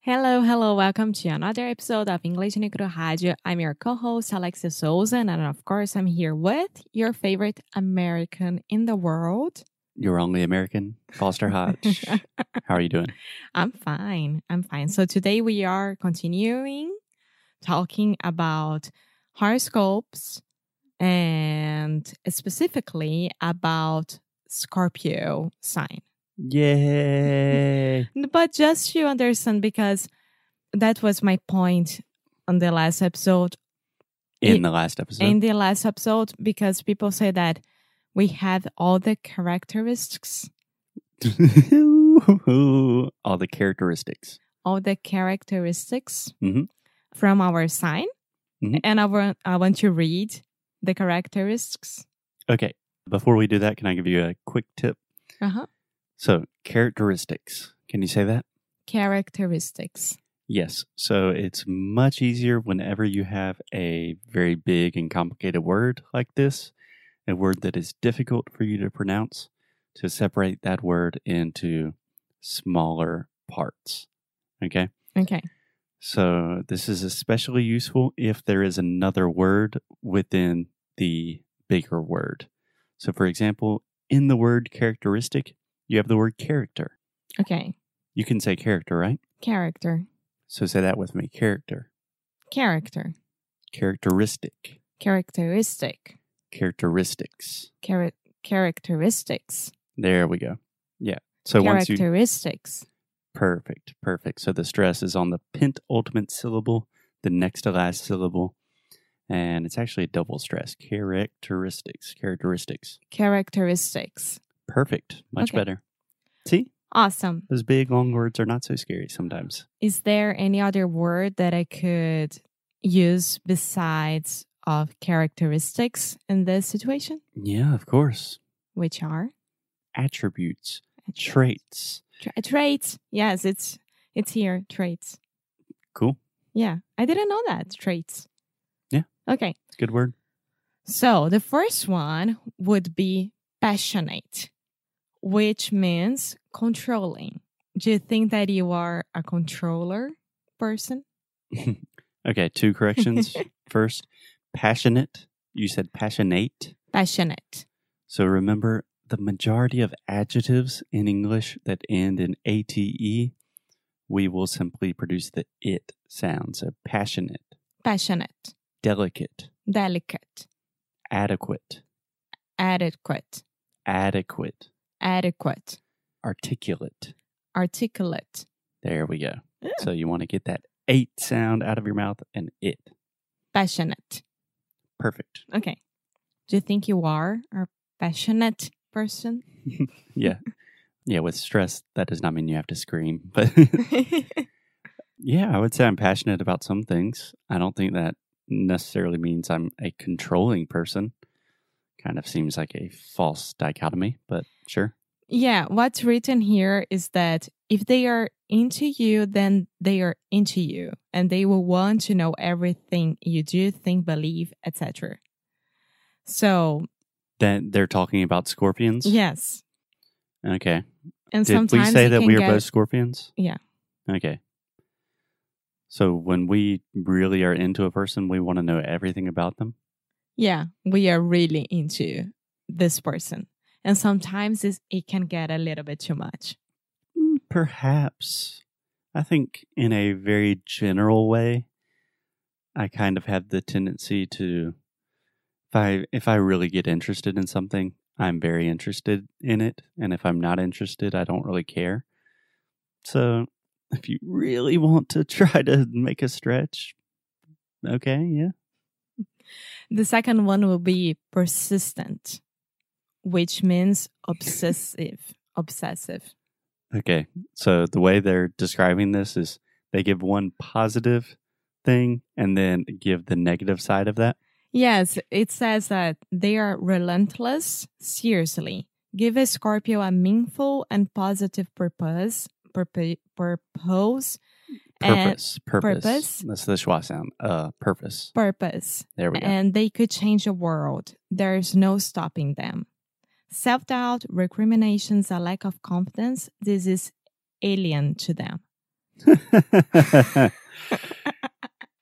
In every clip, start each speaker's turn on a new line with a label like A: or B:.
A: Hello, hello, welcome to another episode of English Negro Radio. I'm your co host, Alexia Souza, and of course, I'm here with your favorite American in the world.
B: You're only American, Foster Hodge. How are you doing?
A: I'm fine. I'm fine. So, today we are continuing talking about horoscopes and specifically about Scorpio sign.
B: Yay!
A: But just to understand, because that was my point on the last episode.
B: In the last episode,
A: In the last episode, because people say that we have all the characteristics,
B: all the characteristics.
A: all the characteristics
B: Mhm.
A: from our sign,
B: Mhm.
A: and I want I want to read the characteristics.
B: Okay, before we do that, can I give you a quick tip?
A: Uh huh.
B: So, characteristics. Can you say that?
A: Characteristics.
B: Yes. So, it's much easier whenever you have a very big and complicated word like this, a word that is difficult for you to pronounce, to separate that word into smaller parts. Okay?
A: Okay.
B: So this is especially useful if there is another word within the bigger word. So for example, in the word characteristic, you have the word character.
A: Okay.
B: You can say character, right?
A: Character.
B: So say that with me, character,
A: Character.
B: characteristic,
A: Characteristic.
B: characteristics.
A: Char- characteristics.
B: There we go. Yeah. So once you
A: characteristics.
B: Perfect, perfect. So the stress is on the penultimate syllable, the next to last syllable, and it's actually a double stress. Characteristics, characteristics.
A: Characteristics.
B: Perfect, much
A: Okay.
B: better. See,
A: Awesome.
B: those big long words are not so scary sometimes.
A: Is there any other word that I could use besides of characteristics in this situation?
B: Yeah, of course.
A: Which are
B: Attributes, traits.
A: Tra- uh, traits. Yes, it's it's here. Traits.
B: Cool.
A: Yeah, I didn't know that. Traits.
B: Yeah.
A: Okay.
B: It's a good word.
A: So the first one would be passionate, which means controlling. Do you think that you are a controller person?
B: Okay, two corrections. First, passionate. You said passionate.
A: Passionate.
B: So remember, the majority of adjectives in English that end in ate, we will simply produce the it sound. So passionate,
A: Passionate.
B: delicate,
A: Delicate.
B: adequate,
A: Adequate.
B: adequate,
A: adequate,
B: articulate.
A: articulate.
B: There we go.
A: Yeah.
B: So you want to get that eight sound out of your mouth and it.
A: Passionate.
B: Perfect.
A: Okay. Do you think you are a passionate person?
B: Yeah. yeah, with stress, that does not mean you have to scream, but Yeah, I would say I'm passionate about some things. I don't think that necessarily means I'm a controlling person. Kind of seems like a false dichotomy, but sure.
A: yeah. What's written here is that if they are into you, then they are into you and they will want to know everything you do, think, believe, etc. So,
B: Then they're talking about scorpions.
A: yes.
B: Okay.
A: And
B: Did we
A: sometimes
B: say
A: it
B: that
A: can
B: we are
A: get-
B: both scorpions?
A: Yeah.
B: Okay. So when we really are into a person, we want to know everything about them.
A: yeah, we are really into this person. And sometimes it's, it can get a little bit too much.
B: Mm, Perhaps. I think, in a very general way, I kind of have the tendency to, if I if I really get interested in something, I'm very interested in it, and if I'm not interested, I don't really care. So, if you really want to try to make a stretch, okay, yeah,
A: The second one will be persistent, which means obsessive. obsessive.
B: okay. So the way they're describing this is they give one positive thing and then give the negative side of that.
A: Yes, it says that they are relentless, seriously. Give a Scorpio a meaningful and positive purpose, purpo- purpose, and
B: purpose, purpose.
A: purpose.
B: That's the schwa sound. Uh, purpose.
A: purpose,
B: There we go.
A: and they could change the world. There's no stopping them. Self doubt, recriminations, a lack of confidence, this is alien to them.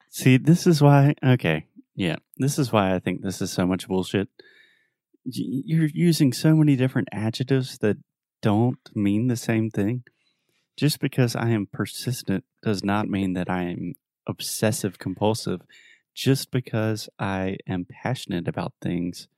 B: See, this is why. Okay, yeah, this is why I think this is so much bullshit. Y- You're using so many different adjectives that don't mean the same thing. Just because I am persistent does not mean that I am obsessive compulsive. Just because I am passionate about things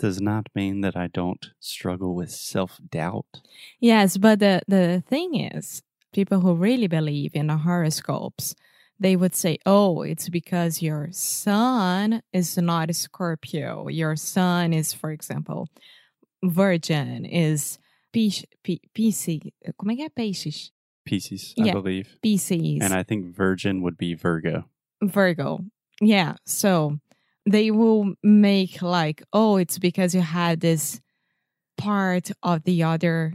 B: does not mean that I don't struggle with self doubt.
A: Yes, but the, the thing is, people who really believe in the horoscopes, they would say, oh, it's because your sun is not a Scorpio. Your sun is, for example, Virgin, is Peixe, Pe- Pisces. Como é que é Peixes?
B: Pieces, I
A: Yeah.
B: believe.
A: Pisces.
B: And I think virgin would be Virgo.
A: Virgo. Yeah. So they will make like, oh, it's because you had this part of the other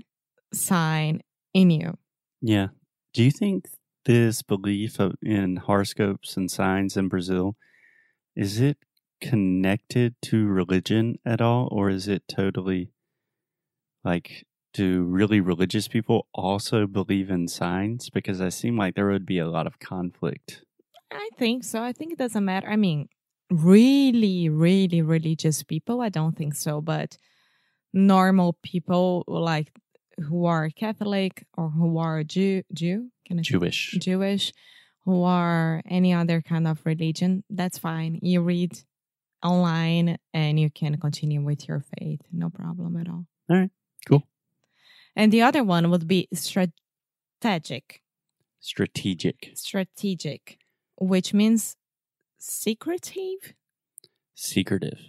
A: sign in you.
B: Yeah. Do you think this belief of, in horoscopes and signs in Brazil is it connected to religion at all or is it totally like do really religious people also believe in signs because I seem like there would be a lot of conflict.
A: I think so. I think it doesn't matter. I mean, really, really religious people, I don't think so. But normal people like who are Catholic or who are Jew, Jew, can I say
B: Jewish.
A: Jewish, who are any other kind of religion, that's fine. You read online and you can continue with your faith. No problem at all.
B: All right. Cool.
A: And the other one would be strategic,
B: Strategic.
A: strategic, which means secretive.
B: Secretive.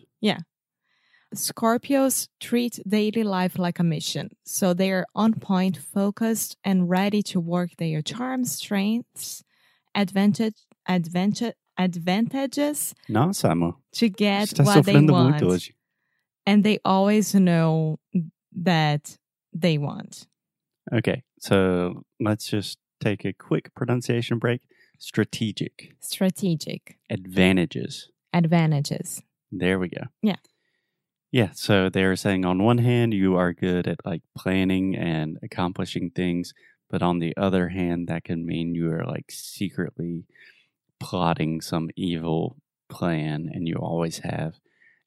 A: Scorpios treat daily life like a mission, so they are on point, focused, and ready to work their charms, strengths, advantage, advantage, advantages
B: Não, Samu.
A: to get
B: Está
A: what they
B: sofrendo muito
A: want,
B: hoje.
A: and they always know that they want.
B: Okay, so let's just take a quick pronunciation break. Strategic
A: Strategic
B: advantages.
A: advantages.
B: There we go.
A: Yeah.
B: Yeah, so they're saying on one hand, you are good at like planning and accomplishing things, but on the other hand, that can mean you are like secretly plotting some evil plan and you always have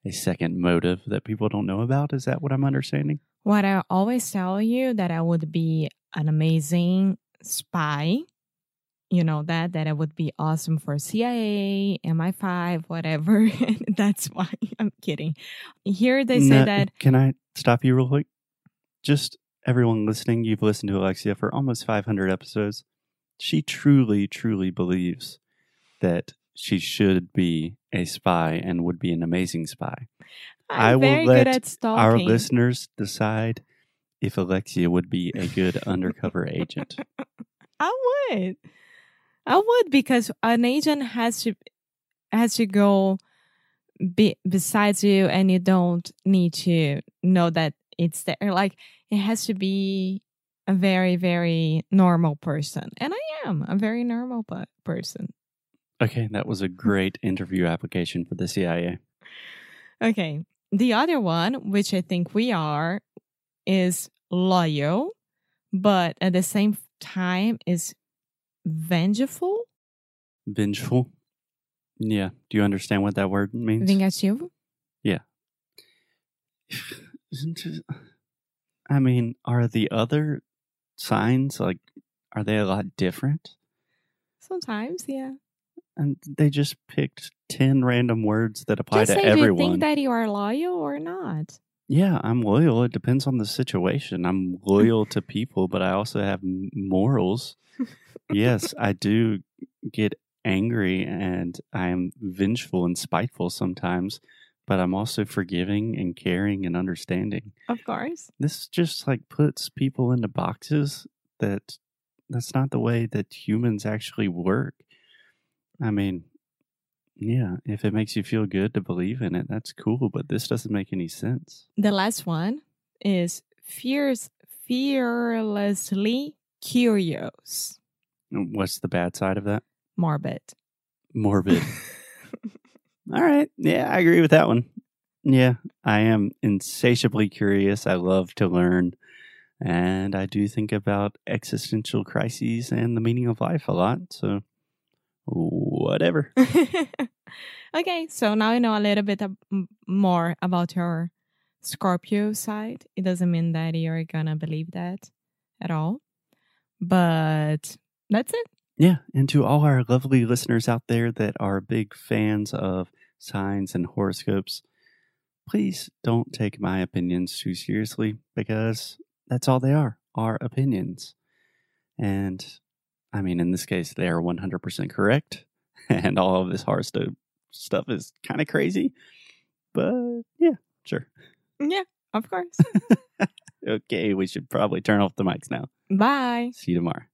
B: a second motive that people don't know about. Is that what I'm understanding?
A: What I always tell you that I would be an amazing spy. You know that that I would be awesome for CIA, MI5, whatever. That's why I'm kidding. Here they say
B: No,
A: that
B: uh, Can I stop you real quick? Just everyone listening, you've listened to Alexia for almost 500 episodes. She truly, truly believes that she should be a spy and would be an amazing spy.
A: I'm
B: I will
A: very
B: let
A: good at
B: Our
A: stalking.
B: listeners decide if Alexia would be a good undercover agent.
A: I would. I would because an agent has to has to go be, besides you and you don't need to know that it's there. Like it has to be a very very normal person. And I am a very normal pe- person.
B: Okay, that was a great interview application for the CIA.
A: Okay. The other one, which I think we are, is loyal, but at the same time is vengeful,
B: Vengeful? Yeah. Do you understand what that word means?
A: vingativo.
B: Isn't it- I mean, are the other signs like are they a lot different?
A: Sometimes, yeah.
B: And they just picked ten random words that apply
A: Just
B: to
A: say, do you
B: everyone.
A: think that you are loyal or not?
B: yeah, I'm loyal. It depends on the situation. I'm loyal to people, but I also have m- morals. yes, I do get angry and I am vengeful and spiteful sometimes, but I'm also forgiving and caring and understanding.
A: Of course.
B: this just like puts people into boxes that that's not the way that humans actually work. I mean, yeah, if it makes you feel good to believe in it, that's cool, but this doesn't make any sense.
A: The last one is fierce, fearlessly curious,
B: What's the bad side of that?
A: morbid.
B: Morbid. All right. Yeah, I agree with that one. Yeah, I am insatiably curious. I love to learn. And I do think about existential crises and the meaning of life a lot. So, whatever.
A: okay, so now you know a little bit ab- m- more about your Scorpio side. It doesn't mean that you're gonna believe that at all, but that's it.
B: Yeah, and to all our lovely listeners out there that are big fans of signs and horoscopes, please don't take my opinions too seriously because that's all they are are opinions. And I mean, in this case, they are 100% correct. And all of this horoscope stuff is kind of crazy. But yeah, sure.
A: Yeah, of course.
B: Okay, we should probably turn off the mics now.
A: Bye.
B: See you tomorrow.